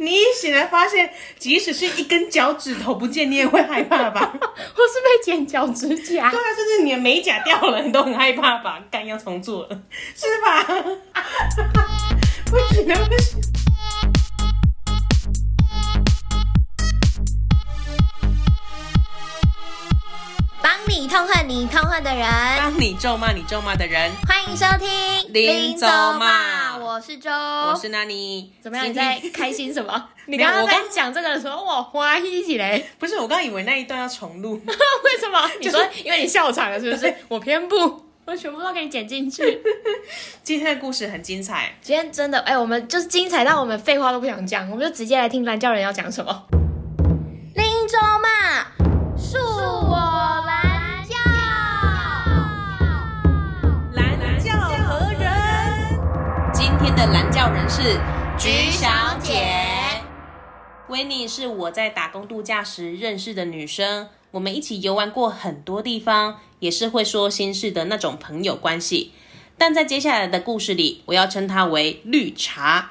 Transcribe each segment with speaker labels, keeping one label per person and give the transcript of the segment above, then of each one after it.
Speaker 1: 你一醒来发现，即使是一根脚趾头不见，你也会害怕 吧？
Speaker 2: 我是被剪脚趾甲
Speaker 1: 对，啊，甚至你的美甲掉了，你都很害怕吧？干要重做了，是吧？不行啊，不行。
Speaker 2: 帮你痛恨你痛恨的人。
Speaker 1: 当你咒骂你咒骂的人，
Speaker 2: 欢迎收听
Speaker 1: 林州骂
Speaker 2: 我是周，
Speaker 1: 我
Speaker 2: 我
Speaker 1: 是娜妮。
Speaker 2: 怎么样？你
Speaker 1: 今天
Speaker 2: 在开心什么？ 你
Speaker 1: 没有
Speaker 2: 刚刚
Speaker 1: 我
Speaker 2: 在
Speaker 1: 刚
Speaker 2: 讲这个的时候，我欢喜起来。
Speaker 1: 不是我刚以为那一段要重录，
Speaker 2: 为什 么？你说因为你笑场了，是不是？我偏不，我全部都给你剪进去。
Speaker 1: 今天的故事很精彩。
Speaker 2: 今天真的，哎、我们就是精彩到我们废话都不想讲，我们就直接来听蓝教人要讲什么。林州嘛，恕我蓝教。
Speaker 1: 蓝教何人？今天的蓝教人是
Speaker 2: 菊小姐。
Speaker 1: 维尼是我在打工度假时认识的女生，我们一起游玩过很多地方，也是会说心事的那种朋友关系。但在接下来的故事里，我要称她为绿茶。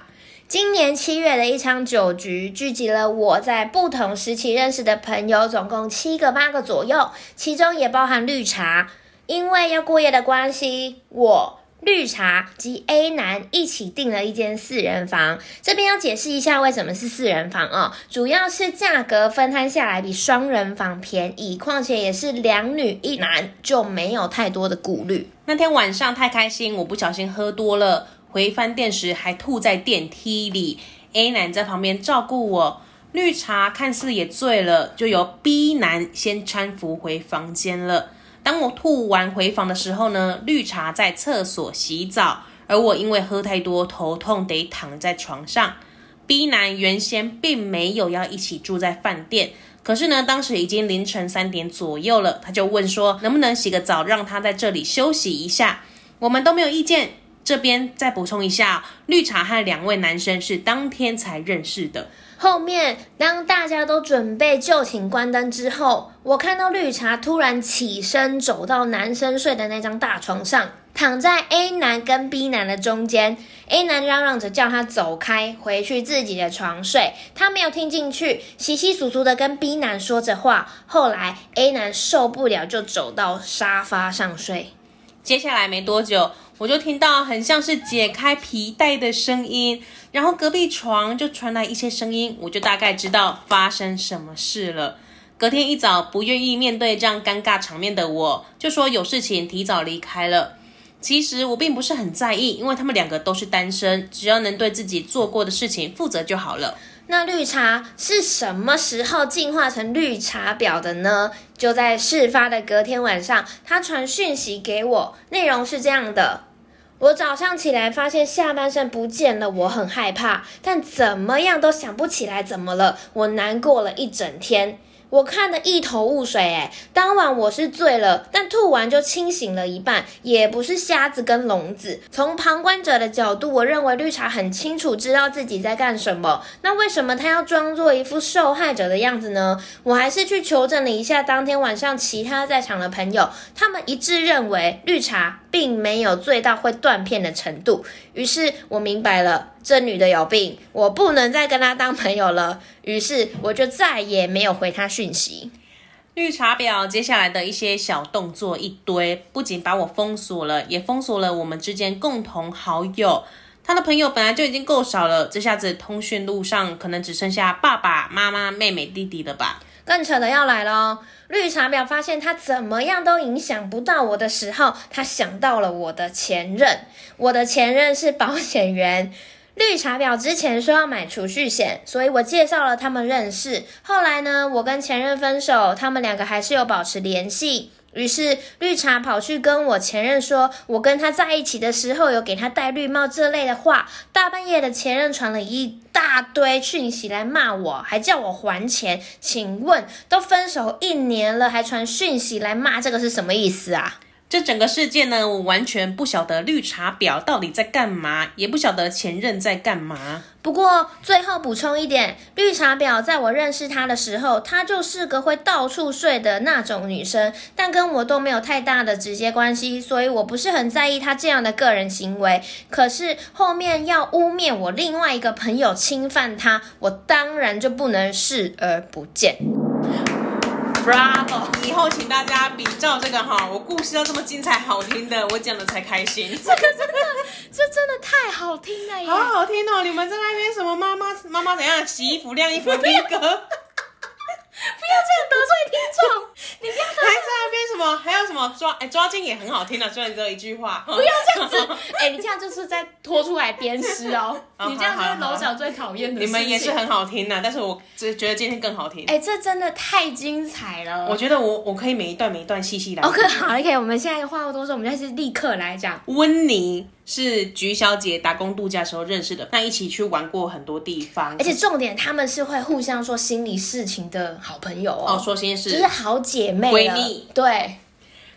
Speaker 2: 今年七月的一场酒局，聚集了我在不同时期认识的朋友，总共七个八个左右，其中也包含绿茶。因为要过夜的关系，我。绿茶及 A 男一起订了一间四人房，这边要解释一下为什么是四人房哦，主要是价格分摊下来比双人房便宜，况且也是两女一男，就没有太多的顾虑。
Speaker 1: 那天晚上太开心，我不小心喝多了，回饭店时还吐在电梯里。A 男在旁边照顾我，绿茶看似也醉了，就由 B 男先搀扶回房间了。当我吐完回房的时候呢，绿茶在厕所洗澡，而我因为喝太多头痛，得躺在床上。B 男原先并没有要一起住在饭店，可是呢，当时已经凌晨三点左右了，他就问说能不能洗个澡，让他在这里休息一下。我们都没有意见。这边再补充一下哦，绿茶和两位男生是当天才认识的。
Speaker 2: 后面，当大家都准备就寝关灯之后，我看到绿茶突然起身走到男生睡的那张大床上，躺在 A 男跟 B 男的中间。A 男嚷嚷着叫他走开，回去自己的床睡。他没有听进去，稀稀疏疏的跟 B 男说着话。后来 A 男受不了，就走到沙发上睡。
Speaker 1: 接下来没多久，我就听到很像是解开皮带的声音，然后隔壁床就传来一些声音，我就大概知道发生什么事了。隔天一早，不愿意面对这样尴尬场面的我，就说有事情提早离开了。其实我并不是很在意，因为他们两个都是单身，只要能对自己做过的事情负责就好了。
Speaker 2: 那绿茶是什么时候进化成绿茶婊的呢？就在事发的隔天晚上，他传讯息给我，内容是这样的：我早上起来发现下半身不见了，我很害怕，但怎么样都想不起来怎么了，我难过了一整天。我看得一头雾水、哎，当晚我是醉了，但吐完就清醒了一半，也不是瞎子跟聋子。从旁观者的角度，我认为绿茶很清楚知道自己在干什么，那为什么他要装作一副受害者的样子呢？我还是去求证了一下当天晚上其他在场的朋友，他们一致认为绿茶并没有醉到会断片的程度。于是我明白了，这女的有病，我不能再跟她当朋友了。于是我就再也没有回她讯息。
Speaker 1: 绿茶婊接下来的一些小动作一堆，不仅把我封锁了，也封锁了我们之间共同好友。他的朋友本来就已经够少了，这下子通讯录上可能只剩下爸爸妈妈、妹妹、弟弟了吧？
Speaker 2: 更扯的要来喽！绿茶婊发现她怎么样都影响不到我的时候，她想到了我的前任。我的前任是保险员。绿茶婊之前说要买储蓄险，所以我介绍了他们认识。后来呢，我跟前任分手，他们两个还是有保持联系。于是绿茶跑去跟我前任说，我跟他在一起的时候有给他戴绿帽这类的话。大半夜的，前任传了一大堆讯息来骂我，还叫我还钱。请问，都分手一年了，还传讯息来骂，这个是什么意思啊？
Speaker 1: 这整个事件呢，我完全不晓得绿茶婊到底在干嘛，也不晓得前任在干嘛。
Speaker 2: 不过最后补充一点，绿茶婊在我认识她的时候，她就是个会到处睡的那种女生，但跟我都没有太大的直接关系，所以我不是很在意她这样的个人行为。可是后面要污蔑我另外一个朋友侵犯她，我当然就不能视而不见。Bravo！
Speaker 1: 以后请大家比照这个哈，我故事要这么精彩好听的，我讲的才开心。
Speaker 2: 这个真的，这真的太好听了耶！
Speaker 1: 好好听哦！你们在那边什么妈妈妈妈怎样洗衣服晾衣服逼格，还在
Speaker 2: 不要这样得罪听众，你不要得罪，
Speaker 1: 那边什么还有什么抓哎、抓奸也很好听啊，虽然只有一句话。不
Speaker 2: 不要这样子， 哎、你这样就是在拖出来鞭尸 哦，
Speaker 1: 好
Speaker 3: 你这样就是
Speaker 1: 好好
Speaker 3: 楼长最讨厌的
Speaker 1: 你
Speaker 3: 事情。
Speaker 1: 们也是很好听呐、啊但是我只觉得今天更好听。
Speaker 2: 哎、这真的太精彩了。
Speaker 1: 我觉得我我可以每一段每一段细细来。
Speaker 2: OK，好，OK，我们现在话不多说，我们现在是立刻来讲。
Speaker 1: 温妮是菊小姐打工度假时候认识的，那一起去玩过很多地方，
Speaker 2: 而且重点，他们是会互相说心里事情的好朋友哦，
Speaker 1: 哦说心
Speaker 2: 就
Speaker 1: 事。
Speaker 2: 是好姐妹了
Speaker 1: 闺蜜。
Speaker 2: 对，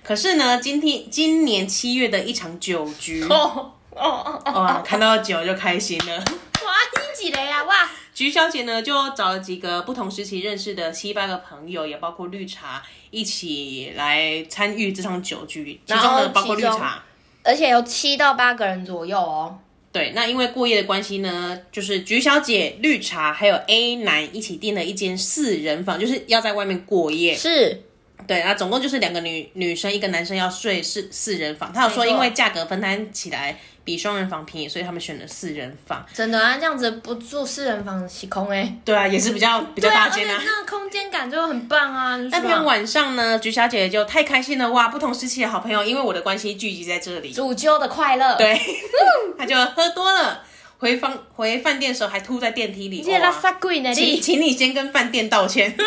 Speaker 1: 可是呢，今天今年七月的一场酒局，
Speaker 2: 哦哦哦哦，
Speaker 1: 哇，看到酒就开心了。
Speaker 2: 哇，你几雷啊？哇，
Speaker 1: 菊小姐呢，就找了几个不同时期认识的七八个朋友，也包括绿茶，一起来参与这场酒局，其
Speaker 2: 然
Speaker 1: 中
Speaker 2: 后
Speaker 1: 呢包括
Speaker 2: 其
Speaker 1: 绿
Speaker 2: 中
Speaker 1: 茶。
Speaker 2: 而且有七到八个人左右哦。
Speaker 1: 对，那因为过夜的关系呢，就是菊小姐、绿茶还有 A 男一起订了一间四人房，就是要在外面过夜。
Speaker 2: 是，
Speaker 1: 对，那总共就是两个女女生，一个男生要睡四四人房。他有说，
Speaker 2: 没错
Speaker 1: 因为价格分摊起来比双人房便宜，所以他们选了四人房。
Speaker 2: 真的啊，这样子不住四人房洗空哎、欸，
Speaker 1: 对啊，也是比较比较大
Speaker 2: 而且
Speaker 1: 间啊。
Speaker 2: 那个空间感就很棒啊。那
Speaker 1: 那天晚上呢，菊小姐就太开心了哇！不同时期的好朋友，因为我的关系聚集在这里，
Speaker 2: 主揪的快乐，，
Speaker 1: 对， 她就喝多了，回房回饭店的时候还吐在电梯里。
Speaker 2: 这拉
Speaker 1: 哇
Speaker 2: 萨贵呢，
Speaker 1: 请
Speaker 2: 你
Speaker 1: 请你先跟饭店道歉。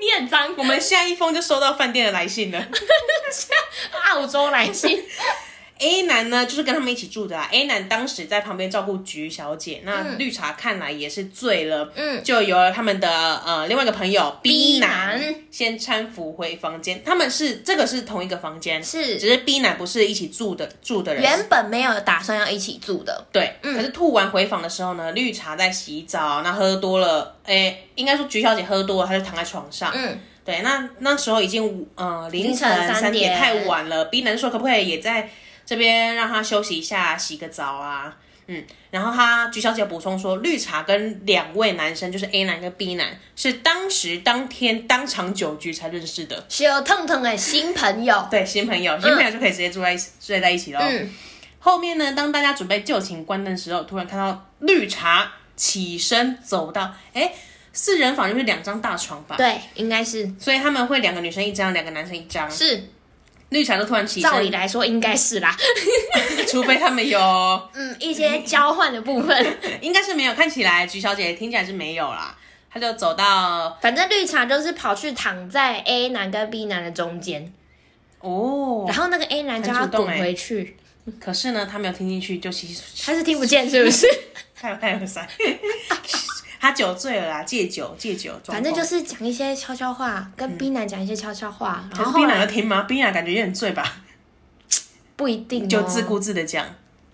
Speaker 2: 你很脏，
Speaker 1: 我们下一封就收到饭店的来信了。
Speaker 2: 澳洲来信，
Speaker 1: A 男呢，就是跟他们一起住的啊。A 男当时在旁边照顾菊小姐，那绿茶看来也是醉了，
Speaker 2: 嗯，
Speaker 1: 就由他们的呃另外一个朋友 B 男
Speaker 2: 男
Speaker 1: 先搀扶回房间。他们是这个是同一个房间，
Speaker 2: 是
Speaker 1: 只是 B 男不是一起住的住的人，
Speaker 2: 原本没有打算要一起住的，
Speaker 1: 对，可是吐完回访的时候呢，绿茶在洗澡，那喝多了，哎、应该说菊小姐喝多了，她就躺在床上。
Speaker 2: 嗯，
Speaker 1: 对，那那时候已经五呃凌晨
Speaker 2: 凌晨
Speaker 1: 三
Speaker 2: 三
Speaker 1: 点，
Speaker 2: 点
Speaker 1: 太晚了。B 男说可不可以也在这边让她休息一下，洗个澡啊？嗯，然后她菊小姐补充说，绿茶跟两位男生，就是 A 男跟 B 男，是当时当天当场酒局才认识的。
Speaker 2: 是有痛痛的新朋友，
Speaker 1: 对，新朋友，新朋友就可以直接住在一起，睡在一起喽。
Speaker 2: 嗯
Speaker 1: 后面呢，当大家准备就寝关灯的时候，突然看到绿茶起身走到，哎，四人房就是两张大床吧？，
Speaker 2: 对，应该是
Speaker 1: 所以他们会两个女生一张，两个男生一张。
Speaker 2: 是，
Speaker 1: 绿茶就突然起
Speaker 2: 照理
Speaker 1: 身，
Speaker 2: 来说应该 是啦，
Speaker 1: 除非他们有，
Speaker 2: 嗯，一些交换的部分，
Speaker 1: 应该是没有。看起来菊小姐听起来是没有啦，她就走到
Speaker 2: 反正绿茶就是跑去躺在 A 男跟 B 男的中间，
Speaker 1: 哦，
Speaker 2: 然后那个 A 男叫他
Speaker 1: 很主动
Speaker 2: 滚
Speaker 1: 欸
Speaker 2: 回去，
Speaker 1: 可是呢，她没有听进去，就其实
Speaker 2: 他是听不见是 不是？
Speaker 1: 太有太有 塞，她酒醉了啦，戒酒戒酒，装
Speaker 2: 反正
Speaker 1: 疯
Speaker 2: 就是讲一些悄悄话，跟 B 男讲一些悄悄话，
Speaker 1: 嗯
Speaker 2: 然
Speaker 1: 可是
Speaker 2: 后后
Speaker 1: B 男
Speaker 2: 来
Speaker 1: 要听吗？B 男感觉也很醉吧，
Speaker 2: 不一定、哦、
Speaker 1: 就自顾自的讲。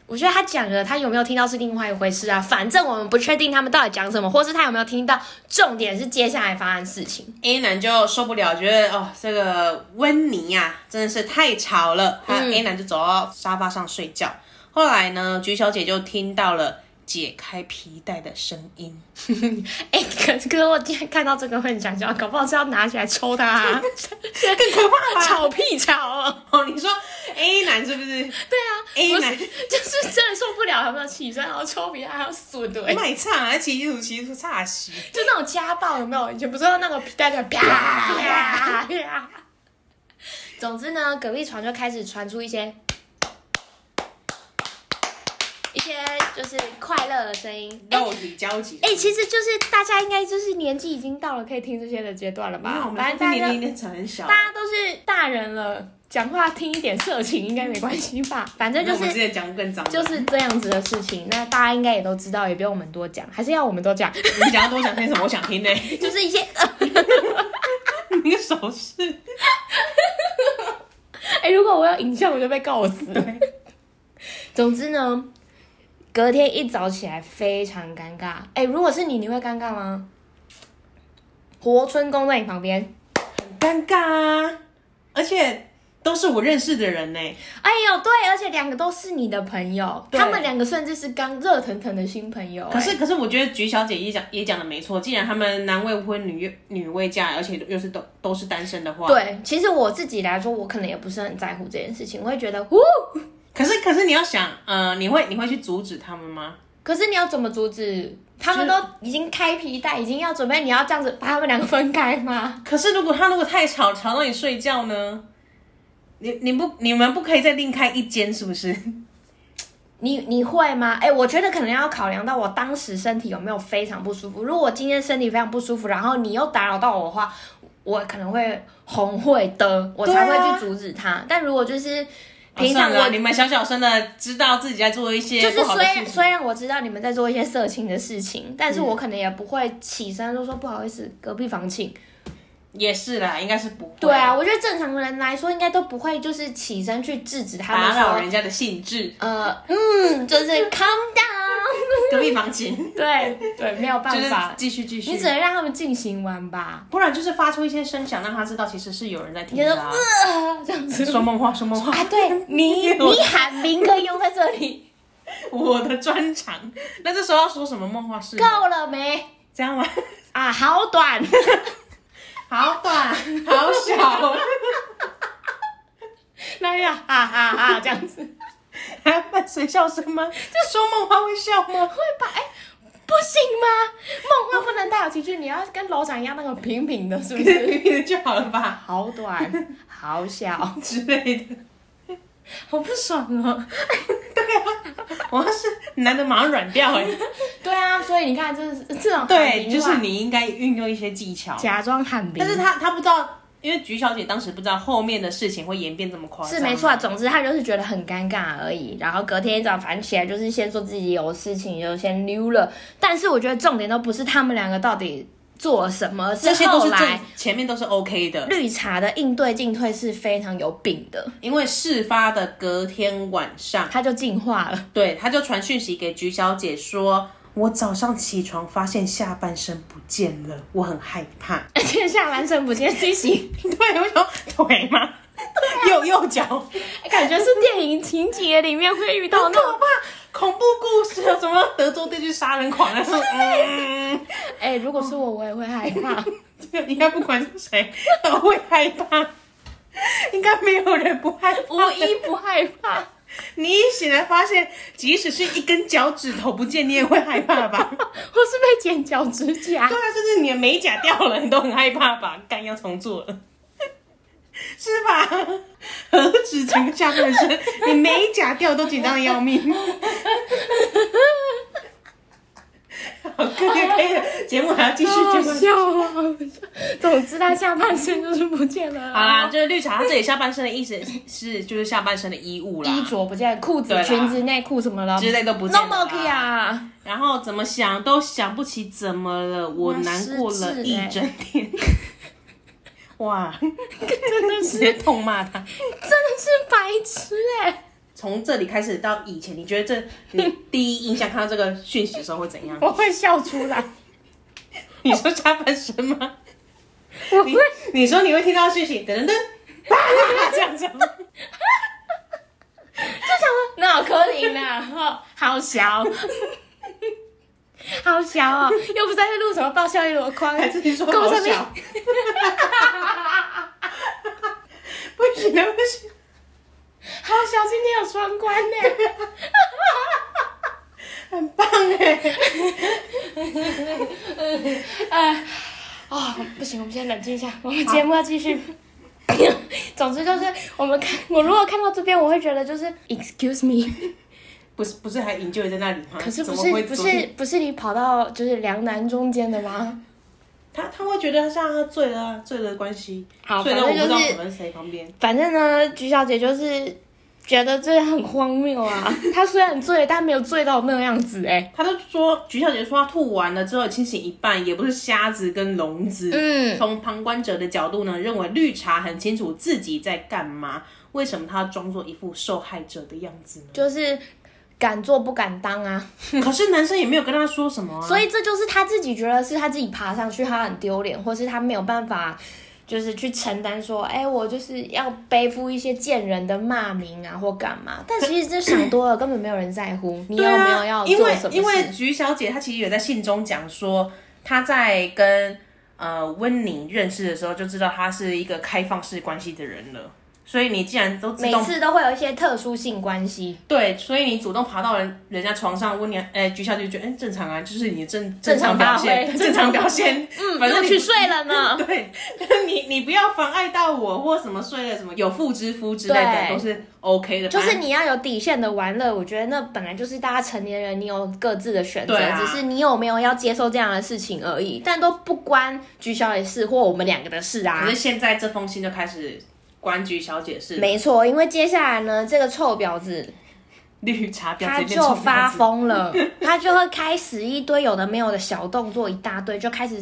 Speaker 2: 我觉得他讲了，他有没有听到是另外一回事啊。反正我们不确定他们到底讲什么，或是他有没有听到。重点是接下来发生事情。
Speaker 1: A 男就受不了，觉得哦，这个温妮呀、真的是太吵了。他 A 男就走到沙发上睡觉。后来呢，菊小姐就听到了解开皮带的声音，
Speaker 2: 哎、可可是我今天看到这个会很想笑，搞不好是要拿起来抽他、啊，
Speaker 1: 更可怕吧？
Speaker 2: 吵屁吵哦。
Speaker 1: 哦，你说 A 男是不 是
Speaker 2: 对啊
Speaker 1: A
Speaker 2: 不
Speaker 1: 男
Speaker 2: 是，就是真的受不了，有没有起身然后抽别人，还要损的、
Speaker 1: 卖唱啊？骑出骑出差死。
Speaker 2: 就那种家暴有没有？以前不是要那个皮带在啪啪啪。总之呢，隔壁床就开始传出一些一些就是快乐的声音。哎、
Speaker 1: 肉体交集。
Speaker 2: 哎、其实就是大家应该就是年纪已经到了可以听这些的阶段了
Speaker 1: 没有，我
Speaker 2: 吧？
Speaker 1: 们
Speaker 2: 反正
Speaker 1: 这
Speaker 2: 大
Speaker 1: 年龄
Speaker 2: 家
Speaker 1: 年层很小。
Speaker 2: 大家都是大人了，讲话听一点色情应该没关系吧？反正就
Speaker 1: 那我们之
Speaker 2: 是。
Speaker 1: 前讲过更早，
Speaker 2: 就是这样子的事情，那大家应该也都知道，也不用我们多讲，还是要我们多讲，
Speaker 1: 你想要多讲些什么？我想听呢。欸
Speaker 2: 就是一些
Speaker 1: 你个手势。
Speaker 2: 哎、哎、如果我要影像，我就被告死。 总之呢，隔天一早起来非常尴尬。哎、如果是你，你会尴尬吗？活春宫在你旁边，
Speaker 1: 很尴尬啊，而且都是我认识的人呢、
Speaker 2: 哎呦，对，而且两个都是你的朋友，
Speaker 1: 对
Speaker 2: 他们两个甚至是刚热腾腾的新朋友、
Speaker 1: 可
Speaker 2: 哎
Speaker 1: 是，可是我觉得菊小姐也讲也讲的没错，既然他们男未婚女女未嫁，而且又是都都是单身的话，。
Speaker 2: 对，其实我自己来说，我可能也不是很在乎这件事情，我会觉得，呼。
Speaker 1: 可是可是你要想，呃，你会你会去阻止他们吗？
Speaker 2: 可是你要怎么阻止？他们都已经开皮带，已经要准备，你要这样子把他们两个分开吗？
Speaker 1: 可是如果他如果太吵，吵到你睡觉呢？你你不你们不可以再另开一间是不是？
Speaker 2: 你你会吗？哎、我觉得可能要考量到我当时身体有没有非常不舒服。如果我今天身体非常不舒服，然后你又打扰到我的话，我可能会红会的，我才
Speaker 1: 对啊
Speaker 2: 会去阻止他。但如果就是
Speaker 1: 哦
Speaker 2: 平常
Speaker 1: 算了
Speaker 2: 我、
Speaker 1: 啦你们小小声的知道自己在做一些
Speaker 2: 就是
Speaker 1: 不好
Speaker 2: 虽
Speaker 1: 的嗯事
Speaker 2: 然虽
Speaker 1: 情，
Speaker 2: 然我知道你们在做一些色情的事情，但是我可能也不会起身就说不好意思，隔壁房请。
Speaker 1: 也是啦，应该是不会
Speaker 2: 对啊，我觉得正常人来说应该都不会就是起身去制止他
Speaker 1: 打
Speaker 2: 们
Speaker 1: 扰
Speaker 2: 说，
Speaker 1: 人家的兴致，
Speaker 2: 呃，嗯，就是 calm down。
Speaker 1: 隔壁房情，
Speaker 2: 对对，没有
Speaker 1: 就
Speaker 2: 办
Speaker 1: 是
Speaker 2: 法，
Speaker 1: 继续继续，
Speaker 2: 你只能让他们进行完吧。
Speaker 1: 不然就是发出一些声响，让他知道其实是有人在听
Speaker 2: 你就
Speaker 1: 的、
Speaker 2: 说
Speaker 1: 啊。
Speaker 2: 呃这样子
Speaker 1: 说梦话，说梦 话
Speaker 2: 啊， 对你
Speaker 1: 我
Speaker 2: 你喊名可以用在这里，
Speaker 1: 我的专长。那这时候要说什么梦话是吗
Speaker 2: 够了没？
Speaker 1: 这样吗？
Speaker 2: 啊，好 短，
Speaker 1: 好短， 好小，
Speaker 2: 那要哈哈哈这样子，
Speaker 1: 还要伴随笑声吗？这说梦话会笑吗？
Speaker 2: 会吧？哎、不行吗？梦话不能带有情绪，你要跟楼长一样那个平平的，是不 是？
Speaker 1: 平平的就好了吧
Speaker 2: 好短， 好小，
Speaker 1: 之类的。
Speaker 2: 好不爽 哦。
Speaker 1: 啊我要是男的马上软掉哎、
Speaker 2: 对啊，所以你看，这是这种喊
Speaker 1: 对，
Speaker 2: 名
Speaker 1: 就是
Speaker 2: 话
Speaker 1: 你应该运用一些技巧，
Speaker 2: 假装喊名，
Speaker 1: 但是他他不知道，因为菊小姐当时不知道后面的事情会演变这么夸张。
Speaker 2: 是没错啊。总之，他就是觉得很尴尬而已。然后隔天一早，反正起来就是先说自己有事情，就先溜了。但是我觉得重点都不是他们两个到底做了什么，
Speaker 1: 这些都
Speaker 2: 后
Speaker 1: 是
Speaker 2: 来
Speaker 1: 正前面都是 OK 的，
Speaker 2: 绿茶的应对进退是非常有柄的，
Speaker 1: 因为事发的隔天晚上，
Speaker 2: 他就进化了。
Speaker 1: 对，他就传讯息给菊小姐说：“我早上起床发现下半身不见了，我很害怕。
Speaker 2: 而且下半身不见惊喜，
Speaker 1: 对，我想腿吗？ 右右脚，
Speaker 2: 感觉是电影情节里面会 遇到那种。
Speaker 1: 恐怖故事，什么德州地区杀人狂那种。
Speaker 2: 啊
Speaker 1: 嗯，
Speaker 2: 哎、如果是我，我也会害怕。
Speaker 1: 这 个应该不管是谁都会害怕，应该没有人不害怕。
Speaker 2: 无一不害怕。
Speaker 1: 你一醒来发现，即使是一根脚趾头不见，你也会害怕吧？
Speaker 2: 或是被剪脚趾甲
Speaker 1: 对。啊，甚至你的美甲掉了，你都很害怕吧？干要重做了， 是吧？何止整个下半身，你美甲掉都紧张的要命。好，可以可以了，节目还要继续
Speaker 2: 好
Speaker 1: 继续。
Speaker 2: 笑啊！好笑 总之，他下半身就是不见了。啊
Speaker 1: 好啦，，就是绿茶，他这里下半身的意思是就是下半身的衣物啦，
Speaker 2: 衣着不见了，裤
Speaker 1: 对
Speaker 2: 子、
Speaker 1: 啦
Speaker 2: 裙子、内裤什么的
Speaker 1: 之类都不见
Speaker 2: No
Speaker 1: 了啦
Speaker 2: more key 啊！
Speaker 1: 然后怎么想都想不起怎么了，我
Speaker 2: 哇
Speaker 1: 难过
Speaker 2: 失智
Speaker 1: 了一
Speaker 2: 欸
Speaker 1: 整天。哇，
Speaker 2: 真的
Speaker 1: 直
Speaker 2: 是，
Speaker 1: 接痛骂他。
Speaker 2: 真的是白痴哎、
Speaker 1: 从这里开始到以前，你觉得这你第一印象看到这个讯息的时候会怎 样？
Speaker 2: 我会笑出来，
Speaker 1: 你说下半身吗？
Speaker 2: 我
Speaker 1: 你
Speaker 2: 会，
Speaker 1: 你说你会听到讯息噔噔噔，啊 这样子吗？
Speaker 2: 就想说脑壳灵 啦，哦，好小，好小哦，又不是在录什么爆笑一箩筐，
Speaker 1: 还 是你说
Speaker 2: 跟我
Speaker 1: 好
Speaker 2: 上面
Speaker 1: 小？不行了，不行，
Speaker 2: 好小，今天有双关呢、
Speaker 1: 很棒哎！
Speaker 2: 哎，啊、不行，我们先冷静一下，我们节目要继续。
Speaker 1: 啊
Speaker 2: 总之就是，我们看我如果看到这边，我会觉得就是 excuse me，
Speaker 1: 不是不是还营救在那里吗？
Speaker 2: 可是不
Speaker 1: 怎么
Speaker 2: 是
Speaker 1: 会
Speaker 2: 不
Speaker 1: 昨天
Speaker 2: 是不是你跑到就是梁南中间的吗？
Speaker 1: 他他会觉得像他醉了啊，醉了的关系，
Speaker 2: 好
Speaker 1: 醉了我不知道
Speaker 2: 反正就是
Speaker 1: 我们谁旁边。
Speaker 2: 反正呢，菊小姐就是觉得这很荒 谬啊！他虽然醉，但没有醉到那样子哎、
Speaker 1: 他都说菊小姐说她吐完了之后清醒一半，也不是瞎子跟聋子。
Speaker 4: 嗯
Speaker 1: 从旁观者的角度呢，认为绿茶很清楚自己在干嘛，为什么她要装作一副受害者的样子呢？
Speaker 2: 就是敢做不敢当啊。
Speaker 1: 可是男生也没有跟她说什么啊。
Speaker 2: 所以这就是他自己觉得是他自己爬上去，他很丢脸，或是他没有办法，就是去承担说，哎、我就是要背负一些贱人的骂名啊，或干嘛。但其实这想多了，根本没有人在乎你有
Speaker 1: 对
Speaker 2: 没
Speaker 1: 啊，
Speaker 2: 有要
Speaker 1: 因
Speaker 2: 做
Speaker 1: 为
Speaker 2: 什么
Speaker 1: 因为
Speaker 2: 事。
Speaker 1: 菊小姐她其实有在信中讲说，她在跟呃温妮认识的时候就知道她是一个开放式关系的人了。所以你既然都自
Speaker 2: 每
Speaker 1: 动
Speaker 2: 次都会有一些特殊性关系，
Speaker 1: 对，所以你主动爬到人人家床上，温妮哎菊小姐就觉得嗯正常啊，就是你正
Speaker 2: 正
Speaker 1: 正
Speaker 2: 常
Speaker 1: 常
Speaker 2: 发
Speaker 1: 表
Speaker 2: 挥
Speaker 1: 现，正常表 现，嗯，反正你
Speaker 2: 去睡了呢。
Speaker 1: 对，你你不要妨碍到我或什么睡了什么有妇之夫之类的
Speaker 2: 对
Speaker 1: 都是 OK 的，
Speaker 2: 就
Speaker 1: 反
Speaker 2: 是
Speaker 1: 正
Speaker 2: 你要有底线的玩乐，我觉得那本来就是大家成年人，你有各自的选择，
Speaker 1: 对啊
Speaker 2: 只是你有没有要接受这样的事情而已，但都不关菊小姐事或我们两个的事啊。
Speaker 1: 可是现在这封信就开始关菊小姐是
Speaker 2: 没错，因为接下来呢，这个臭婊子
Speaker 1: 绿茶婊
Speaker 2: 他
Speaker 1: 随便
Speaker 2: 就
Speaker 1: 冲
Speaker 2: 发
Speaker 1: 子
Speaker 2: 疯了，他就会开始一堆有的没有的小动作一大堆，就开始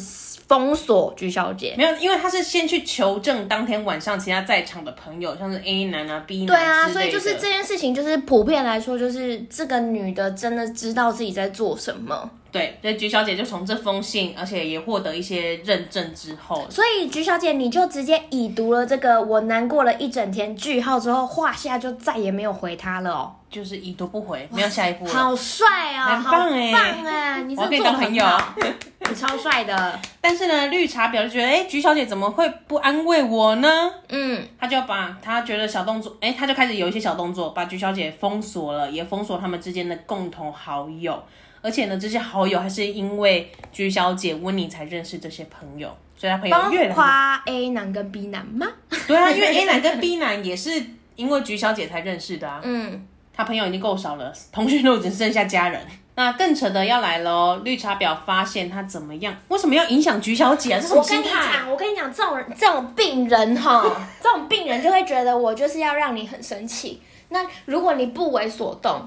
Speaker 2: 封锁菊小姐。
Speaker 1: 没有，因为他是先去求证当天晚上其他在场的朋友，像是 A 男啊、B 男
Speaker 2: 对啊，
Speaker 1: 之
Speaker 2: 所以
Speaker 1: 类
Speaker 2: 就是
Speaker 1: 的
Speaker 2: 这件事情，就是普遍来说，就是这个女的真的知道自己在做什么，
Speaker 1: 对，所以菊小姐就从这封信，而且也获得一些认证之后，
Speaker 2: 所以菊小姐你就直接已读了这个我难过了一整天句号之后，画下就再也没有回她了哦，
Speaker 1: 就是已读不回，没有下一步了。
Speaker 2: 好帅哦，
Speaker 1: 很
Speaker 2: 好
Speaker 1: 棒哎
Speaker 2: 棒哎，你
Speaker 1: 我要
Speaker 2: 这
Speaker 1: 跟你当
Speaker 2: 做得
Speaker 1: 朋
Speaker 2: 很
Speaker 1: 友啊
Speaker 2: 好，你超帅的，
Speaker 1: 但是呢，绿茶婊就觉得，哎、菊小姐怎么会不安慰我呢？
Speaker 2: 嗯。
Speaker 1: 他就把他觉得小动作，哎、他就开始有一些小动作，把菊小姐封锁了，也封锁他们之间的共同好友。而且呢，这些好友还是因为菊小姐温妮才认识这些朋友，所以他朋友
Speaker 2: 包
Speaker 1: 越来越
Speaker 2: 括 A 男跟 B 男吗？
Speaker 1: 对啊，因 为 A 男跟 B 男也是因为菊小姐才认识的啊，
Speaker 2: 嗯，
Speaker 1: 他朋友已经够少了，同学都只剩下家人。那更扯的要来喽，绿茶婊发现他怎么样？为什么要影响菊小姐啊？这什么
Speaker 2: 我跟
Speaker 1: 心
Speaker 2: 你
Speaker 1: 态？
Speaker 2: 讲，我跟你讲，这种人，这种病人 哈，这种病人就会觉得我就是要让你很生气。那如果你不为所动，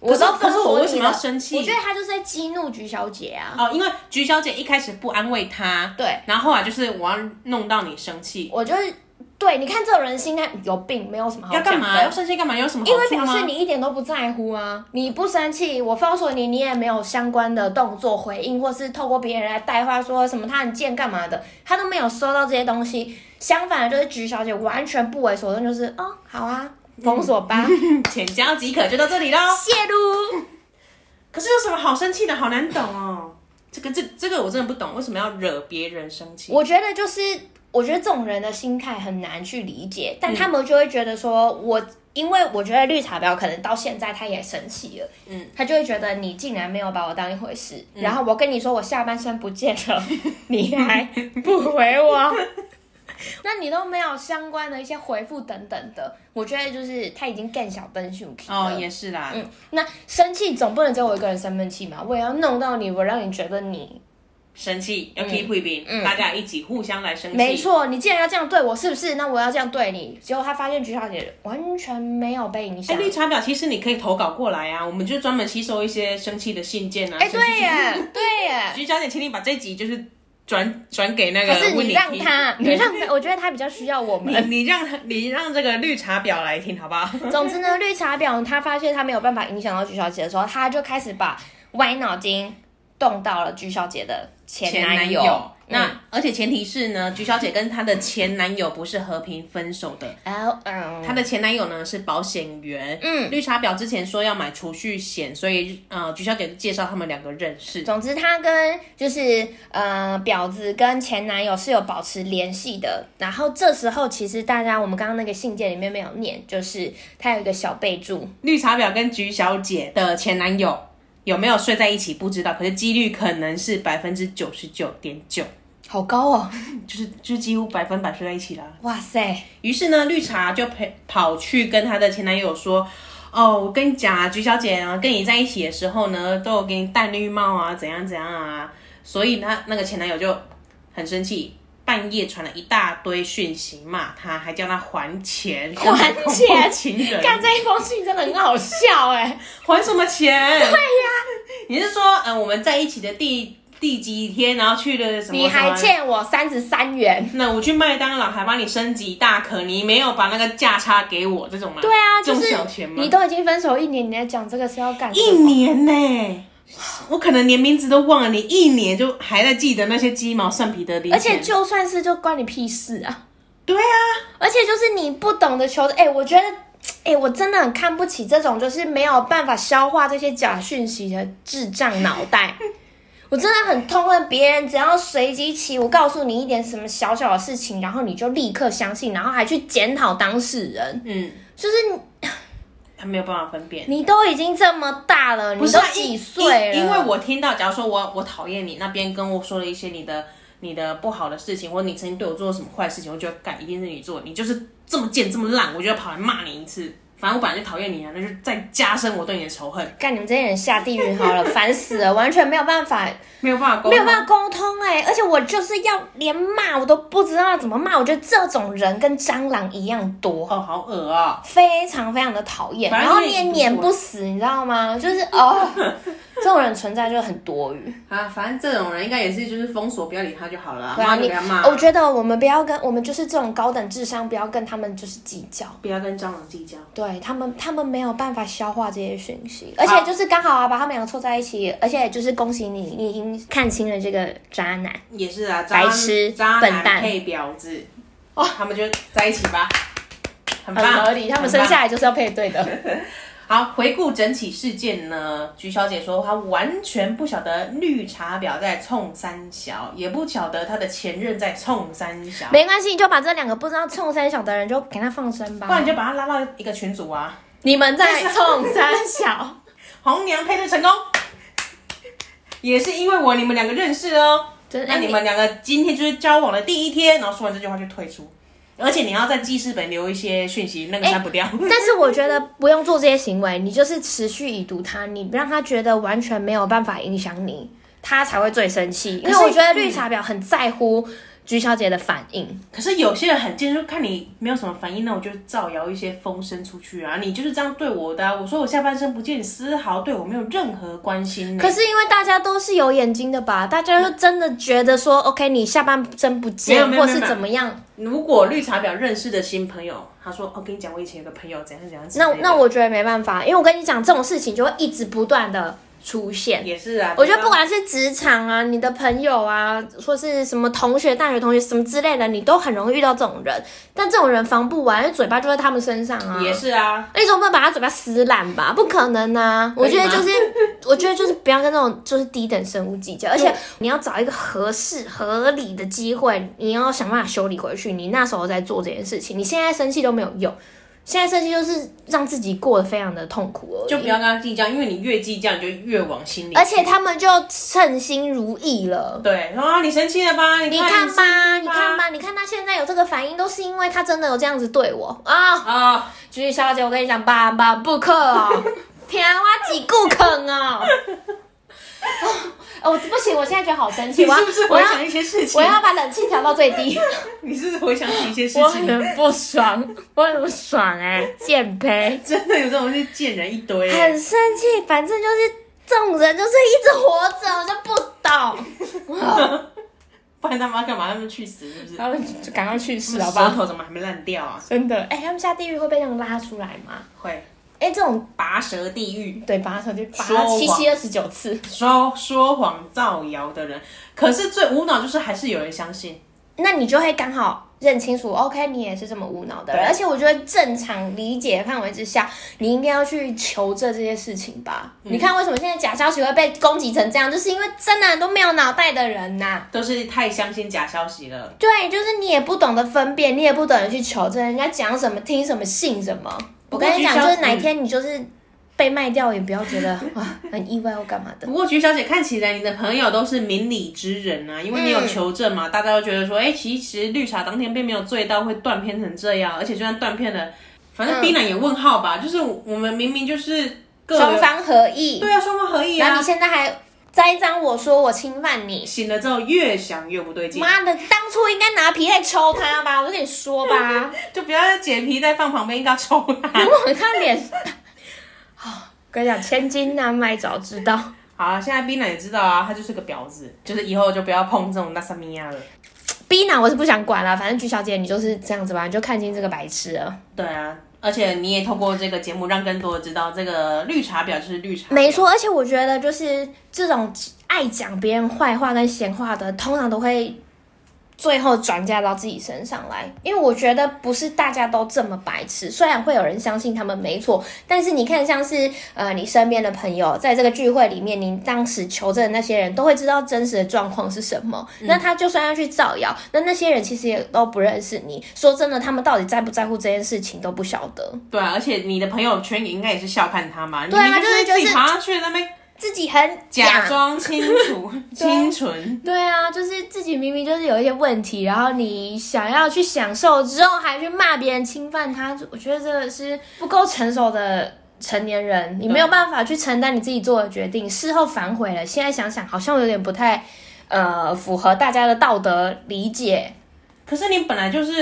Speaker 2: 我
Speaker 1: 可是
Speaker 2: 都封
Speaker 1: 可是我
Speaker 2: 锁
Speaker 1: 为什
Speaker 2: 你
Speaker 1: 么要
Speaker 2: 了。
Speaker 1: 生气
Speaker 2: 我觉得他就是在激怒菊小姐啊。
Speaker 1: 哦，因为菊小姐一开始不安慰他，
Speaker 2: 对，
Speaker 1: 然后后来就是我要弄到你生气，
Speaker 2: 我就是对，你看这种人心态有病，没有什么好
Speaker 1: 要干
Speaker 2: 讲
Speaker 1: 嘛？要
Speaker 2: 的。
Speaker 1: 生气干嘛？有什么
Speaker 2: 因为
Speaker 1: 好处
Speaker 2: 表示
Speaker 1: 吗？
Speaker 2: 你一点都不在乎啊！你不生气，我封锁你，你也没有相关的动作回应，或是透过别人来带话说什么他很贱干嘛的，他都没有收到这些东西。相反的，就是菊小姐完全不为所动，就是哦，好啊，封锁吧，
Speaker 1: 浅交即可，就到这里喽。
Speaker 2: 泄露。
Speaker 1: 可是有什么好生气的？好难懂哦。这个这这个我真的不懂，为什么要惹别人生气？
Speaker 2: 我觉得就是，我觉得这种人的心态很难去理解，
Speaker 1: 嗯
Speaker 2: 但他们就会觉得说，我因为我觉得绿茶婊可能到现在他也生气了，
Speaker 1: 嗯，
Speaker 2: 他就会觉得你竟然没有把我当一回事，然后我跟你说我下半身不见了， 你还不回我。 那你都没有相关的一些回复等等的，我觉得就是他已经更小笨熊
Speaker 1: 哦，也是啦，
Speaker 2: 嗯，那生气总不能只有我一个人生闷气嘛，我也要弄到你，我让你觉得你
Speaker 1: 生气要 keep 一平，
Speaker 2: 嗯
Speaker 1: 大家一起互相来生气。
Speaker 2: 没，错，你既然要这样对我，是不是？那我要这样对你。结果他发现菊小姐完全没有被影
Speaker 1: 哎，
Speaker 2: 响。
Speaker 1: 绿茶婊其实你可以投稿过来啊，我们就专门吸收一些生气的信件啊。
Speaker 2: 哎、
Speaker 1: 生气
Speaker 2: 对耶，对耶。
Speaker 1: 菊小姐，请你把这集就是转转给那个
Speaker 2: 可是
Speaker 1: 温
Speaker 2: 你
Speaker 1: 妮
Speaker 2: 让
Speaker 1: 听
Speaker 2: 他，你
Speaker 1: 对
Speaker 2: 让他，我觉得他比较需要我
Speaker 1: 你
Speaker 2: 们。
Speaker 1: 你让他你让这个绿茶婊来听好 不好？
Speaker 2: 总之呢，绿茶婊他发现他没有办法影响到菊小姐的时候，他就开始把歪脑筋动到了菊小姐的前
Speaker 1: 男
Speaker 2: 友。
Speaker 1: 那、
Speaker 2: 嗯
Speaker 1: 而且前提是呢，菊小姐跟她的前男友不是和平分手的，
Speaker 2: L L，
Speaker 1: 她的前男友呢是保险员。
Speaker 2: 嗯，
Speaker 1: 绿茶婊之前说要买储蓄险，所以呃，菊小姐介绍他们两个认识。
Speaker 2: 总之，她跟就是呃婊子跟前男友是有保持联系的。然后这时候，其实大家我们刚刚那个信件里面没有念，就是她有一个小备注，
Speaker 1: 绿茶婊跟菊小姐的前男友有没有睡在一起不知道，可是几率可能是百分之九十九点九，
Speaker 2: 好高哦！
Speaker 1: 就是就是几乎百分百睡在一起啦。
Speaker 2: 哇塞，
Speaker 1: 于是呢，绿茶就陪跑去跟她的前男友说：“哦，我跟你讲啊，菊小姐啊，跟你在一起的时候呢，都有给你戴绿帽啊，怎样怎样啊。”所以她那个前男友就很生气，半夜传了一大堆讯息骂他，还叫他还 钱，
Speaker 2: 还
Speaker 1: 像恐怖
Speaker 2: 钱
Speaker 1: 情人，
Speaker 2: 看这一封信真的很好笑哎、
Speaker 1: 还什么钱？对呀、你是说，嗯、我们在一起的第第几天，然后去了什么？
Speaker 2: 你还
Speaker 1: 什么？
Speaker 2: 欠我三十三元。
Speaker 1: 那我去麦当劳还帮你升级一大可，你没有把那个价差给我，这种吗？
Speaker 2: 对啊，
Speaker 1: 这
Speaker 2: 就
Speaker 1: 种
Speaker 2: 是
Speaker 1: 小钱吗？
Speaker 2: 你都已经分手一年，你还讲这个是要干什
Speaker 1: 一
Speaker 2: 么？
Speaker 1: 年呢、我可能连名字都忘了，你一年就还在记得那些鸡毛蒜皮的零钱，
Speaker 2: 而且就算是，就关你屁事啊！
Speaker 1: 对啊，
Speaker 2: 而且就是你不懂得求，哎、我觉得，哎、我真的很看不起这种就是没有办法消化这些假讯息的智障脑袋。 我真的很痛恨别人，只要随机起舞，告诉你一点什么小小的事情，然后你就立刻相信，然后还去检讨当事人。
Speaker 1: 嗯，
Speaker 2: 就是
Speaker 1: 他没有办法分辨。
Speaker 2: 你都已经这么大了，
Speaker 1: 不
Speaker 2: 你
Speaker 1: 是
Speaker 2: 都
Speaker 1: 啊
Speaker 2: 几
Speaker 1: 因
Speaker 2: 岁了？
Speaker 1: 因因为我听到，假如说我我讨厌你那边跟我说了一些你的你的不好的事情，或者你曾经对我做过什么坏事情，我觉得干一定是你做的，你就是这么贱这么烂，我就要跑来骂你一次。反正我本来就讨厌你啊，那就再加深我对你的仇恨，
Speaker 2: 干你们这些人下地狱好了，烦死了，完全没有办法
Speaker 1: 没有办法沟通，
Speaker 2: 没有办法沟通哎、而且我就是要连骂我都不知道怎么骂，我觉得这种人跟蟑螂一样多，
Speaker 1: 哦，好恶啊、
Speaker 2: 非常非常的讨厌，
Speaker 1: 反
Speaker 2: 然
Speaker 1: 正
Speaker 2: 后
Speaker 1: 你
Speaker 2: 你
Speaker 1: 也
Speaker 2: 也
Speaker 1: 不
Speaker 2: 撵
Speaker 1: 会
Speaker 2: 不死，你知道吗？就是 哦，这种人存在就很多余。
Speaker 1: 啊！反正这种人应该也是就是封锁，不要理他就好了啊，
Speaker 2: 对
Speaker 1: 然
Speaker 2: 啊，
Speaker 1: 后就
Speaker 2: 你
Speaker 1: 给他 骂，
Speaker 2: 我觉得我们不要跟我们就是这种高等智商，不要跟他们就是计较。
Speaker 1: 不要跟蟑螂计较。
Speaker 2: 对他们，他们没有办法消化这些讯息，而且就是刚好啊，把他们两个凑在一起，而且就是恭喜你，你已经看清了这个渣男。
Speaker 1: 也是啊，
Speaker 2: 白
Speaker 1: 渣
Speaker 2: 痴
Speaker 1: 渣
Speaker 2: 笨蛋
Speaker 1: 男配婊子，哦，他们就在一起吧，很棒，
Speaker 2: 很合理，他们
Speaker 1: 很
Speaker 2: 生
Speaker 1: 棒
Speaker 2: 下来就是要配对的。
Speaker 1: 好，回顾整起事件呢，菊小姐说她完全不晓得绿茶婊在冲三小，也不晓得她的前任在冲三小，
Speaker 2: 没关系，你就把这两个不知道冲三小的人就给他放生
Speaker 1: 不然
Speaker 2: 吧
Speaker 1: 你。就把她拉到一个群组啊。
Speaker 2: 你 们在冲三 小，
Speaker 1: 红娘配对成功， 也是因为我你们两个认识哦。
Speaker 2: 真
Speaker 1: 那你们两个今天就是交往的第一天，然后说完这句话就退出，而且你要在记事本留一些讯息，那个删不掉。
Speaker 2: 但是我觉得不用做这些行为，你就是持续已读他，你让他觉得完全没有办法影响你，他才会最生气。
Speaker 1: 可
Speaker 2: 因为
Speaker 1: 是
Speaker 2: 我觉得绿茶婊很在乎菊小姐的反应，
Speaker 1: 可是有些人很贱，就看你没有什么反应，那我就造谣一些风声出去啊！你就是这样对我的、啊，我说我下半身不见，你丝毫对我没有任何关心、呢。
Speaker 2: 可是因为大家都是有眼睛的吧，大家就真的觉得说，OK，你下半身不
Speaker 1: 没
Speaker 2: 见
Speaker 1: 有，没有
Speaker 2: 或
Speaker 1: 没有
Speaker 2: 是
Speaker 1: 没有
Speaker 2: 怎么样？
Speaker 1: 如果绿茶婊认识的新朋友，他说：“我、跟你讲，我以前有个朋友怎样怎样之类
Speaker 2: 那
Speaker 1: 的。”
Speaker 2: 那我觉得没办法，因为我跟你讲，这种事情就会一直不断的出现。
Speaker 1: 也是啊，
Speaker 2: 我觉得不管是职场啊、你的朋友啊，或是什么同学、大学同学什么之类的，你都很容易遇到这种人。但这种人防不完，因为嘴巴就在他们身上啊。
Speaker 1: 也是啊，
Speaker 2: 那你总不能把他嘴巴撕烂吧？不可能啊！我
Speaker 1: 可以
Speaker 2: 觉得
Speaker 1: 吗
Speaker 2: 就是，我觉得就是不要跟那种就是低等生物计较，而且你要找一个合适合理的机会，你要想办法修理回去。你那时候在做这件事情，你现在生气都没有用，现在生气就是让自己过得非常的痛苦而已。
Speaker 1: 就不要跟他计较，因为你越计较，你就越往心里。
Speaker 2: 而且他们就称心如意了。
Speaker 1: 对，说啊，你生气了吧？你
Speaker 2: 你看
Speaker 1: 你生
Speaker 2: 吧，
Speaker 1: 气
Speaker 2: 你
Speaker 1: 了
Speaker 2: 看。吧，你看他现在有这个反应，都是因为他真的有这样子对我啊！
Speaker 1: 啊、
Speaker 2: 菊、小姐，我跟你讲，爸爸不可 哦，天啊，我几顾坑哦！哦，我不行，我现在觉得好生气，
Speaker 1: 你
Speaker 2: 我要
Speaker 1: 是不是
Speaker 2: 我
Speaker 1: 回
Speaker 2: 要
Speaker 1: 想一些事情？
Speaker 2: 我要把冷气调到最低，
Speaker 1: 你是不是回想起一些事情？
Speaker 2: 很不爽，我很不爽哎、贱胚，
Speaker 1: 真的有这种是贱人一堆、
Speaker 2: 很生气，反正就是这种人就是一直活着，我就不懂，
Speaker 1: 不然他们要干嘛？他们去死是不是？
Speaker 2: 然后就赶快去世
Speaker 1: 舌
Speaker 2: 吧，
Speaker 1: 头怎么还没烂掉啊？
Speaker 2: 真的，哎、他们下地狱会被这样拉出来吗？
Speaker 1: 会
Speaker 2: 哎、这种
Speaker 1: 拔舌地狱、
Speaker 2: 对，把他手机拔
Speaker 1: 说谎
Speaker 2: 七七二十九次。
Speaker 1: 说说谎造谣的人，可是最无脑就是还是有人相信。
Speaker 2: 那你就会刚好认清楚，OK，你也是这么无脑的人。
Speaker 1: 对
Speaker 2: 而且我觉得正常理解范围之下，你应该要去求证这些事情吧。
Speaker 1: 嗯
Speaker 2: 你看为什么现在假消息会被攻击成这样，就是因为真的很多没有脑袋的人呐、
Speaker 1: 都是太相信假消息了，
Speaker 2: 对，就是你也不懂得分辨，你也不懂得去求证人家讲什么、听什么、信什么。我
Speaker 1: 不过
Speaker 2: 跟你讲，
Speaker 1: 据
Speaker 2: 就
Speaker 1: 消
Speaker 2: 是哪一天你就是被卖掉，也不要觉得哇很意外或 干嘛的。
Speaker 1: 不过菊小姐看起来你的朋友都是明理之人啊，因为你
Speaker 2: 嗯
Speaker 1: 有求证嘛，大家都觉得说，哎、其实绿茶当天并没有醉到会断片成这样，而且就算断片了，反
Speaker 2: 嗯
Speaker 1: 正 B 男也问号吧，就是我们明明就是各有
Speaker 2: 双方合意，
Speaker 1: 对啊，双方合意
Speaker 2: 然后
Speaker 1: 啊
Speaker 2: 你，现在还栽赃我说我侵犯你。
Speaker 1: 醒了之后越想越不对劲，
Speaker 2: 妈的，当初应该拿皮带抽他吧，我跟你说吧，
Speaker 1: 就不要捡皮带放旁边，应该要啊抽他。
Speaker 2: 我他脸， 哦，跟你讲，千金难买早知道。
Speaker 1: 好，现在 B 男也知道啊，他就是个婊子，就是以后就不要碰这种那萨米亚了。
Speaker 2: B 男我是不想管了，反正菊小姐你就是这样子吧，你就看清这个白痴了。
Speaker 1: 对啊，而且你也透过这个节目，让更多人知道这个绿茶婊就是绿茶婊。
Speaker 2: 没错，而且我觉得就是这种爱讲别人坏话跟闲话的，通常都会最后转嫁到自己身上来。因为我觉得不是大家都这么白痴，虽然会有人相信他们没错，但是你看像是呃你身边的朋友，在这个聚会里面，你当时求证的那些人都会知道真实的状况是什么。那他就算要去造谣，那那些人其实也都不认识你。说真的，他们到底在不在乎这件事情都不晓得。
Speaker 1: 对啊，而且你的朋友圈也应该也是笑看他嘛，
Speaker 2: 对啊
Speaker 1: 你就是
Speaker 2: 就是
Speaker 1: 自己爬上去在那边
Speaker 2: 自己很
Speaker 1: 假
Speaker 2: 假
Speaker 1: 装清楚、清纯。
Speaker 2: 对啊，就是自己明明就是有一些问题，然后你想要去享受之后，还去骂别人、侵犯他，我觉得这个是不够成熟的成年人，你没有办法去承担你自己做的决定，事后反悔了，现在想想好像有点不太呃符合大家的道德理解。
Speaker 1: 可是你本来就是，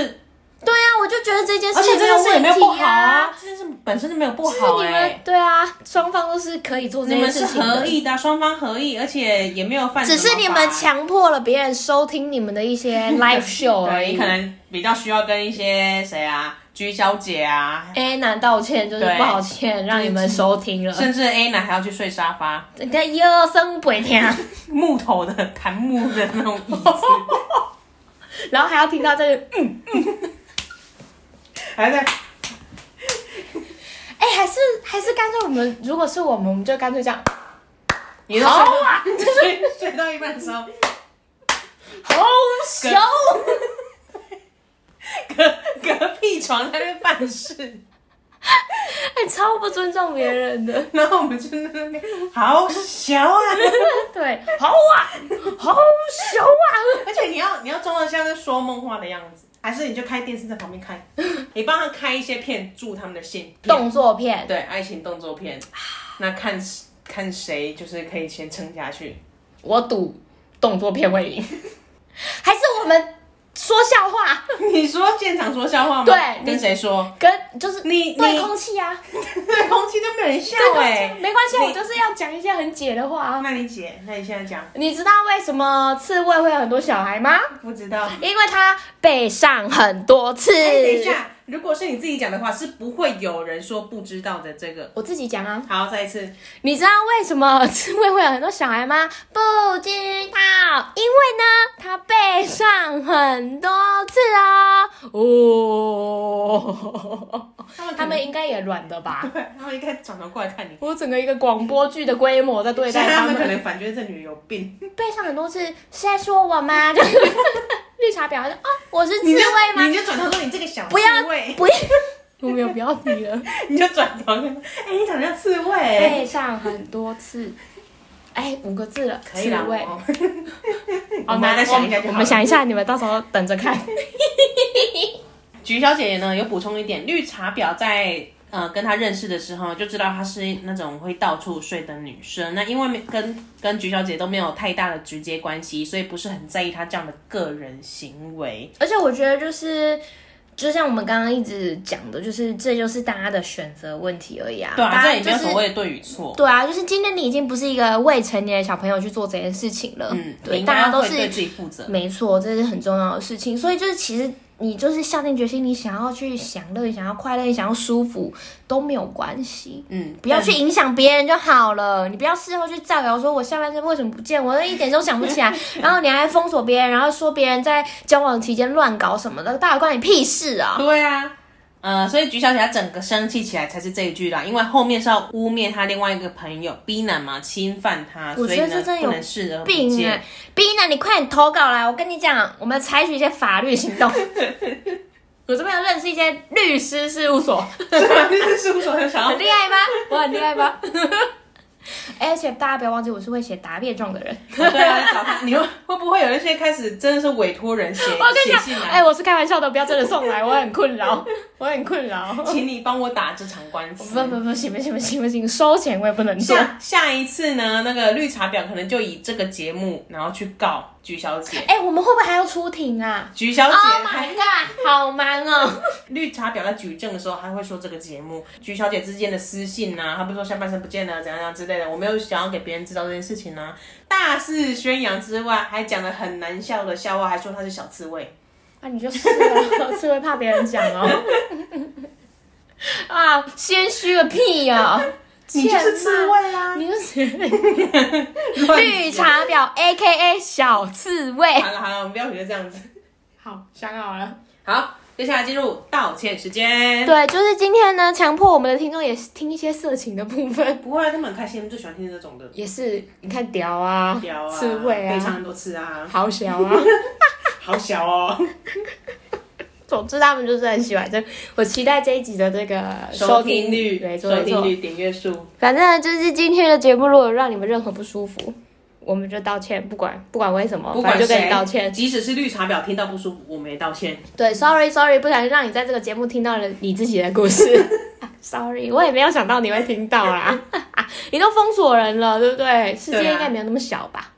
Speaker 2: 对啊，我就觉得这件事
Speaker 1: 而且
Speaker 2: 情
Speaker 1: 这件事也没有不
Speaker 2: 问题
Speaker 1: 好啊，，这件事本身就没有不好
Speaker 2: 你
Speaker 1: 哎、
Speaker 2: 们对啊，双方都是可以做这
Speaker 1: 你
Speaker 2: 件
Speaker 1: 们
Speaker 2: 事
Speaker 1: 是
Speaker 2: 情的
Speaker 1: 合意的啊，双方合意，而且也没有犯什
Speaker 2: 只
Speaker 1: 么法。
Speaker 2: 是你们强迫了别人收听你们的一 些 live show 而
Speaker 1: 对，
Speaker 2: 已
Speaker 1: 你可。能比较需要跟一些谁啊，居小姐啊，
Speaker 2: A 男道歉就是
Speaker 1: 对
Speaker 2: 不好歉，让你们收听了。哎
Speaker 1: 甚至 A 男还要去睡沙发，
Speaker 2: 人家一二三不会听，啊
Speaker 1: 木头的檀木的那种椅子，
Speaker 2: 然后还要听到这个，嗯
Speaker 1: 还在
Speaker 2: 哎、还是还是干脆我们，如果是我们，我们就干脆这样，
Speaker 1: 你好啊，睡睡到一半的时候，
Speaker 2: 好羞，
Speaker 1: 隔隔壁床在那边办事，
Speaker 2: 哎、超不尊重别人的，
Speaker 1: 然后我们就在那边好小啊，
Speaker 2: 对，好啊，好羞啊，
Speaker 1: 而且你要你要装的像是说梦话的样子，还是你就开电视在旁边 看，你帮他开一些片助他们的兴片
Speaker 2: 动作片，
Speaker 1: 对爱情动作片，那看看谁就是可以先撑下去。
Speaker 2: 我赌动作片会赢，还是我们说笑话，
Speaker 1: 你说现场说笑话吗？
Speaker 2: 对你
Speaker 1: 跟谁说？
Speaker 2: 跟就是
Speaker 1: 你
Speaker 2: 对
Speaker 1: 你
Speaker 2: 空气啊，
Speaker 1: 对空气都没有人笑
Speaker 2: 对空
Speaker 1: 哎、
Speaker 2: 气，没关系，
Speaker 1: 你
Speaker 2: 我就是要讲一些很解的话啊。
Speaker 1: 那你姐，那你现在讲，
Speaker 2: 你知道为什么刺猬会有很多小孩吗？
Speaker 1: 不知道。
Speaker 2: 因为它背上很多刺。
Speaker 1: 哎，等一下，如果是你自己讲的话，是不会有人说不知道的。这个，
Speaker 2: 我自己讲啊。
Speaker 1: 好，再一次，
Speaker 2: 你知道为什么刺猬会有很多小孩吗？不知道，因为呢，它背上很多刺哦。哦，
Speaker 1: 他们可
Speaker 2: 他
Speaker 1: 能
Speaker 2: 们应该也软的吧？
Speaker 1: 对，他们应该转头过来看你。
Speaker 2: 我整个一个广播剧的规模在对
Speaker 1: 现
Speaker 2: 待
Speaker 1: 在
Speaker 2: 他
Speaker 1: 他
Speaker 2: 们
Speaker 1: 们可。能反觉得这女人有病。
Speaker 2: 背上很多刺是在说我吗？ 就是绿茶婊说哦，我是刺
Speaker 1: 你就
Speaker 2: 猬吗
Speaker 1: 你？就转头说你这个小
Speaker 2: 不要
Speaker 1: 刺猬，
Speaker 2: 不要，我没有不要你了。
Speaker 1: 你就转头跟他，哎、你长得像刺猬、
Speaker 2: 背上很多次，哎，五个字了，
Speaker 1: 可以啦
Speaker 2: 刺猬。
Speaker 1: 哦我
Speaker 2: 好
Speaker 1: 们
Speaker 2: 难
Speaker 1: 再想一下就好了
Speaker 2: 我们想一下，你们到时候等着看。
Speaker 1: 菊小姐呢有补充一点，绿茶婊在呃跟她认识的时候就知道她是那种会到处睡的女生。那因为没跟跟菊小姐都没有太大的直接关系，所以不是很在意她这样的个人行为。
Speaker 2: 而且我觉得就是。就像我们刚刚一直讲的，就是这就是大家的选择问题而已啊。
Speaker 1: 对啊，
Speaker 2: 大
Speaker 1: 这
Speaker 2: 家
Speaker 1: 也没有
Speaker 2: 就是
Speaker 1: 所谓的对与错。
Speaker 2: 对啊，就是今天你已经不是一个未成年的小朋友去做这件事情了。
Speaker 1: 嗯，你
Speaker 2: 对，
Speaker 1: 应
Speaker 2: 大
Speaker 1: 该
Speaker 2: 家都
Speaker 1: 会对
Speaker 2: 是
Speaker 1: 自己负责。
Speaker 2: 没错，这是很重要的事情。所以就是其实你就是下定决心，你想要去享乐，你想要快乐，你想要舒服都没有关系。
Speaker 1: 嗯，
Speaker 2: 不要
Speaker 1: 但
Speaker 2: 去影响别人就好了，你不要事后去造谣说我下半身为什么不见，我一点都想不起 来，然后你还封锁别人，然后说别人在交往期间乱搞什么的，到底关你屁事啊！
Speaker 1: 对啊，呃，所以菊小姐她整个生气起来才是这一句啦，因为后面是要污蔑她另外一个朋友 B 男嘛侵犯她，
Speaker 2: 我
Speaker 1: 所
Speaker 2: 觉
Speaker 1: 以
Speaker 2: 得
Speaker 1: 呢
Speaker 2: 这真的
Speaker 1: 不
Speaker 2: 有
Speaker 1: 能视而不
Speaker 2: 病
Speaker 1: 见。
Speaker 2: 哎、冰冰啊，你快点投稿来！我跟你讲，我们采取一些法律行动。 我这边有认识一些 律师事务所，
Speaker 1: 对，律师事务所很想要
Speaker 2: 很厉害吗？我很厉害吗？ 哎而且大家不要忘记，我是会写答辩状的 人。
Speaker 1: 对啊，找他，你会 会不会有一些开始真的是委托人写
Speaker 2: 我跟你
Speaker 1: 写信
Speaker 2: 讲，
Speaker 1: 来？
Speaker 2: 哎、我是开玩笑的，不要真的送来，我很困扰，我很困扰。
Speaker 1: 请你帮我打这场官司。
Speaker 2: 不不不行不行不行不行，收钱我也不能做。
Speaker 1: 下下一次呢，那个绿茶婊可能就以这个节目，然后去告菊小姐。
Speaker 2: 哎、我们会不会还要出庭啊
Speaker 1: 菊小姐
Speaker 2: ？Oh
Speaker 1: 还
Speaker 2: my god，好忙哦。
Speaker 1: 绿茶婊在举证的时候，还会说这个节目菊小姐之间的私信呐、啊，她不是说下半身不见了怎样怎样之类的，我没有想要给别人知道这件事情呐、大肆宣扬之外，还讲了很难笑的笑话，还说她是小刺猬。
Speaker 2: 啊，你就是了，是会怕别人讲哦。 啊，谦虚个屁哦呀、
Speaker 1: 你就是刺猬啊！
Speaker 2: 你就是
Speaker 1: 乱讲
Speaker 2: 绿。茶婊，A K A 小刺猬。
Speaker 1: 好了好了，我们不要学这样子。
Speaker 2: 好，想好了。
Speaker 1: 好，接下来进入道歉时间。
Speaker 2: 对，就是今天呢，强迫我们的听众也是听一些色情的部分，
Speaker 1: 不会啊，他们很开心，他们最喜欢听这种的。
Speaker 2: 也是你看屌啊，
Speaker 1: 屌啊，
Speaker 2: 刺猬
Speaker 1: 被唱
Speaker 2: 啊，
Speaker 1: 很多次啊，
Speaker 2: 好小啊。
Speaker 1: 好小 哦。
Speaker 2: 总之，他们就是很喜欢这。我期待这一集的这个
Speaker 1: 收听率、
Speaker 2: 没错哦
Speaker 1: 收
Speaker 2: 没
Speaker 1: 听
Speaker 2: 错
Speaker 1: 率、。点阅数，
Speaker 2: 反正就是今天的节目，如果让你们任何不舒服，我们就道歉，不管不管为什么，
Speaker 1: 不
Speaker 2: 反
Speaker 1: 管
Speaker 2: 正就跟
Speaker 1: 谁
Speaker 2: 你道歉。
Speaker 1: 即使是绿茶婊听到不舒服，我们也道歉。
Speaker 2: 对，sorry sorry，不小心让你在这个节目听到了你自己的故 事。sorry，我也没有想到你会听到啦。 你都封锁人了，对不对？世界
Speaker 1: 对啊
Speaker 2: 应该没有那么小吧？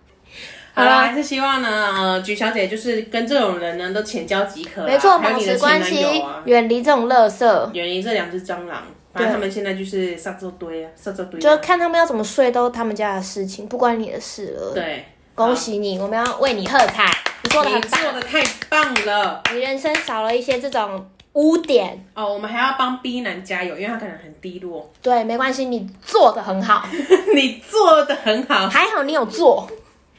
Speaker 1: 好啦，
Speaker 2: 好啦
Speaker 1: 还是希望呢，呃，菊小姐就是跟这种人呢都浅交即可啦，
Speaker 2: 没错，
Speaker 1: 啊还
Speaker 2: 保
Speaker 1: 有你
Speaker 2: 持
Speaker 1: 的
Speaker 2: 关
Speaker 1: 前男
Speaker 2: 系
Speaker 1: 友，啊，
Speaker 2: 远离这种垃圾，
Speaker 1: 远离这两只蟑螂。反正
Speaker 2: 对
Speaker 1: 他们现在就是上周堆啊，上周堆、
Speaker 2: 就
Speaker 1: 啊。
Speaker 2: 看他们要怎么睡都他们家的事情，不关你的事了。
Speaker 1: 对，
Speaker 2: 恭喜你，我们要为你喝彩，你做的
Speaker 1: 你
Speaker 2: 很棒
Speaker 1: 做，的太棒了
Speaker 2: 你人生少了一些这种污点。
Speaker 1: 哦！我们还要帮 B 男加油，因为他可能很低落。
Speaker 2: 对，没关系，你做的很好，
Speaker 1: 你做的很好，
Speaker 2: 还好你有做。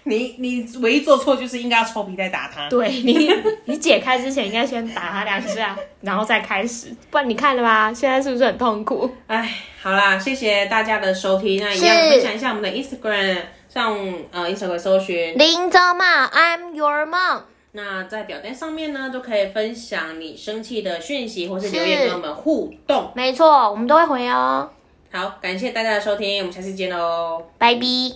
Speaker 1: 你你唯一做错就是应该要抽皮带打他。
Speaker 2: 对你，你解开之前应该先打他两下，然后再开始，不然你看了吧，现在是不是很痛苦？
Speaker 1: 哎，好啦，谢谢大家的收听，那一样
Speaker 5: 是
Speaker 1: 分享一下我们的 Instagram，上呃 Instagram 搜寻，
Speaker 5: 林州嘛，I'm your mom。
Speaker 1: 那在表单上面呢，就可以分享你生气的讯息或是留言跟我们互动。
Speaker 5: 没错，我们都会回哦，
Speaker 1: 好，感谢大家的收听，我们下次见喽。
Speaker 5: 拜拜。